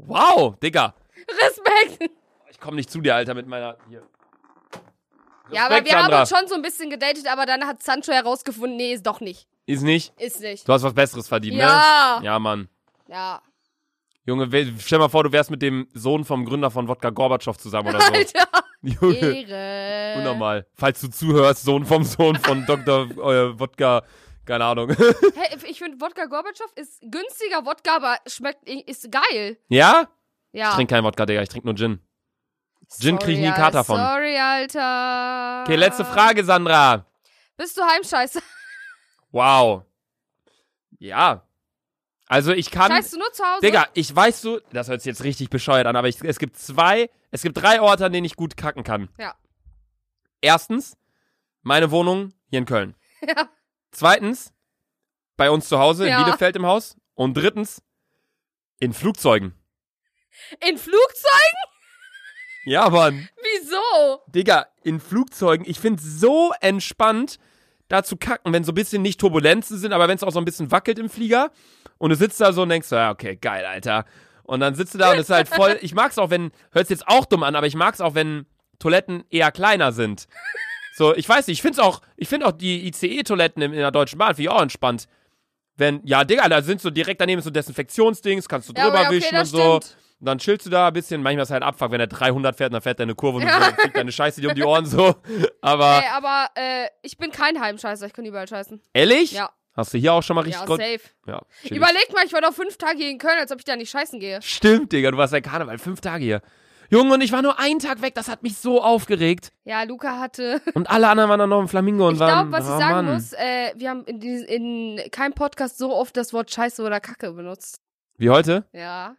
Wow, Digga.
Respekt!
Ich komme nicht zu dir, Alter, mit meiner. Hier.
Ja, aber
Respekt,
wir
Sandra.
haben uns schon so ein bisschen gedatet, aber dann hat Sancho herausgefunden, nee, ist doch nicht.
Ist nicht.
Ist nicht.
Du hast was Besseres verdient,
Ja.
ne? Ja, Mann.
Ja.
Junge, we- stell mal vor, du wärst mit dem Sohn vom Gründer von Wodka Gorbatschow zusammen oder so.
Alter.
Junge,
Ehre.
unnormal. Falls du zuhörst, Sohn vom Sohn von Dr. äh, Wodka, keine Ahnung.
Hey, ich finde, Wodka Gorbatschow ist günstiger Wodka, aber schmeckt, ist geil.
ja? Ich
Ja.
trinke keinen Wodka, Digga, ich trinke nur Gin. Gin krieg ich nie
Sorry,
Kater
Alter,
von.
Sorry, Alter.
Okay, letzte Frage, Sandra.
Bist du Heimscheiße?
Wow. Ja. Also ich kann.
Scheißt du nur zu Hause?
Digga, ich weiß du, das hört sich jetzt richtig bescheuert an, aber ich, es gibt zwei, es gibt drei Orte, an denen ich gut kacken kann.
Ja.
Erstens, meine Wohnung hier in Köln.
Ja.
Zweitens, bei uns zu Hause
Ja.
in Bielefeld im Haus. Und drittens, in Flugzeugen.
In Flugzeug?
Ja, Mann.
Wieso?
Digga, in Flugzeugen, ich find's so entspannt, da zu kacken, wenn so ein bisschen nicht Turbulenzen sind, aber wenn's auch so ein bisschen wackelt im Flieger. Und du sitzt da so und denkst, so, ja, okay, geil, Alter. Und dann sitzt du da und es ist halt voll. Ich mag's auch, wenn, hört's jetzt auch dumm an, aber ich mag's auch, wenn Toiletten eher kleiner sind. So, ich weiß nicht, ich find's auch, ich find auch die ICE-Toiletten in, in der Deutschen Bahn, finde ich auch entspannt. Wenn, ja, Digga, da sind so direkt daneben so Desinfektionsdings, kannst du
Ja, aber
drüber
ja, okay,
wischen und
das
so.
stimmt.
Und dann chillst du da ein bisschen, manchmal ist halt Abfuck, wenn er 300 fährt, dann fährt er eine Kurve und du
Ja.
so, kriegt deine Scheiße dir um die Ohren so. Aber,
Ey, aber äh, ich bin kein Heimscheißer, ich kann überall scheißen.
ehrlich?
Ja.
Hast du hier auch schon mal richtig
Ja,
Grund-
safe.
Ja, chillig.
Überleg mal, ich war doch fünf Tage hier in Köln, als ob ich da nicht scheißen gehe.
Stimmt, Digga, du warst ja Karneval, fünf Tage hier. Junge, und ich war nur einen Tag weg, das hat mich so aufgeregt.
Ja, Luca hatte.
Und alle anderen waren dann noch im Flamingo und
Ich
waren.
glaube, was ich
oh,
sagen
Mann.
muss, äh, wir haben in, diesem- in keinem Podcast so oft das Wort Scheiße oder Kacke benutzt.
Wie heute?
Ja.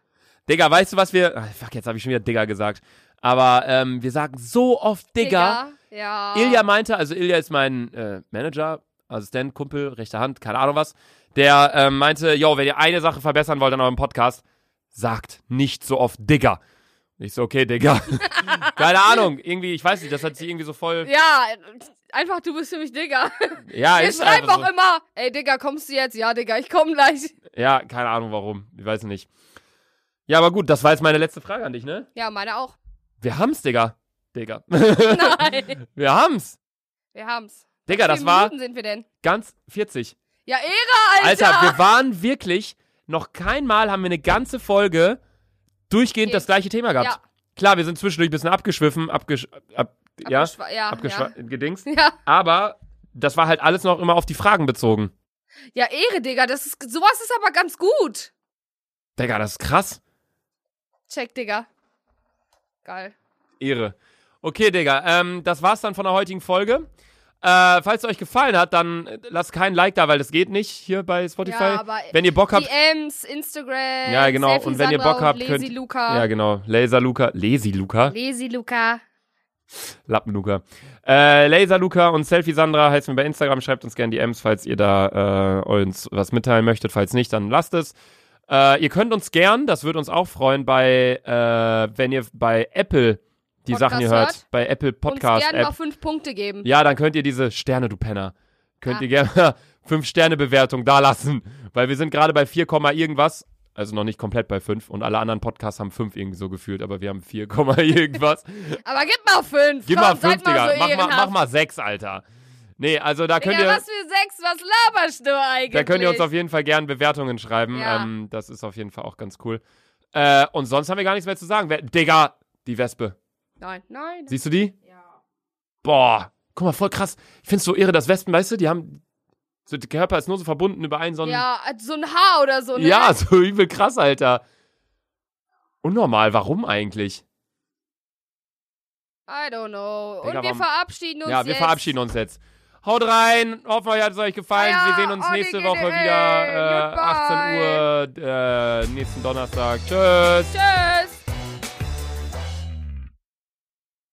Digga, weißt du, was wir. Ah, fuck, jetzt habe ich schon wieder Digga gesagt. Aber ähm, wir sagen so oft Digga.
Ja.
Ilja meinte, also Ilja ist mein äh, Manager, Assistent, Kumpel, rechte Hand, keine Ahnung was. Der ähm, meinte, yo, wenn ihr eine Sache verbessern wollt an eurem Podcast, sagt nicht so oft Digga. Ich so, okay, Digga. keine Ahnung, irgendwie, ich weiß nicht, das hat sich irgendwie so voll.
Ja, einfach, du bist für mich Digga.
Ja,
Wir
ist
schreiben
einfach so.
auch immer, ey Digga, kommst du jetzt? Ja, Digga, ich komm gleich.
Ja, keine Ahnung warum. Ich weiß nicht. Ja, aber gut, das war jetzt meine letzte Frage an dich, ne?
Ja, meine auch.
Wir haben's, Digga. Digga.
Nein.
Wir haben's.
Wir haben's.
Digga, das
Wie
war
Minuten sind wir denn?
ganz 40.
Ja, Ehre, Alter.
Alter, wir waren wirklich, noch kein Mal haben wir eine ganze Folge durchgehend
Okay.
das gleiche Thema gehabt.
Ja.
Klar, wir sind zwischendurch ein bisschen abgeschwiffen, abgesch ab ja,
Abgeschw- ja, ja.
abgeschw- gedingst.
Ja.
Aber das war halt alles noch immer auf die Fragen bezogen.
ja, Ehre, Digga. Das ist, sowas ist aber ganz gut.
Digga, das ist krass.
Check, Digga. Geil.
Ehre. Okay, Digga, ähm, das war's dann von der heutigen Folge. Äh, falls es euch gefallen hat, dann äh, lasst kein Like da, weil das geht nicht hier bei Spotify.
Ja, aber
Wenn ihr Bock habt,
DMs, Instagram.
Ja, genau.
Selfie
Und wenn ihr
Sandra
Bock habt,
und
könnt-
Lazy Luca.
ja genau, Laser Luca, Lazy Luca.
Lazy Luca.
Lappenluca. Äh, Laserluca und Selfie Sandra heißen wir bei Instagram. Schreibt uns gerne DMs, falls ihr da äh, uns was mitteilen möchtet. Falls nicht, dann lasst es. Äh, ihr könnt uns gern, das würde uns auch freuen, bei äh, wenn ihr bei Apple die
Podcast
Sachen hier hört,
hört.
bei Apple Podcast
Uns gerne
App.
mal fünf Punkte geben.
Ja, dann könnt ihr diese Sterne, du Penner, könnt
Ja.
ihr gerne fünf Sterne Bewertung da lassen, weil wir sind gerade bei 4, Komma irgendwas, also noch nicht komplett bei 5 und alle anderen Podcasts haben 5 irgendwie so gefühlt, aber wir haben 4, Komma irgendwas.
Aber gib mal fünf.
Gib
Komm,
mal 5,
seid mal
Digga.
so
mach, mal,
ehrenhaft.
mach mal 6, Alter. Nee, also da könnt
Digga,
ihr
was für sechs, was laberst du eigentlich?
da könnt ihr uns auf jeden Fall gerne Bewertungen schreiben.
Ja.
Ähm, das ist auf jeden Fall auch ganz cool. Äh, und sonst haben wir gar nichts mehr zu sagen. Wer, Digga, die Wespe.
Nein, nein.
Siehst du die?
Ja.
Boah, guck mal, voll krass. Ich find's so irre, dass Wespen, weißt du, die haben. So, der Körper ist nur so verbunden über einen so einen.
ja, also so ein Haar oder so. Ne?
ja, so übel krass, Alter. Unnormal, warum eigentlich?
I don't know.
Digga,
Und wir
warum-
verabschieden uns
ja, wir
jetzt.
verabschieden uns jetzt. Haut rein, hoffen euch hat es euch gefallen.
Ja,
wir sehen uns
alle
nächste
gehen
Woche
in-
wieder. Äh,
Goodbye.
18 Uhr, äh, nächsten Donnerstag. Tschüss.
Tschüss.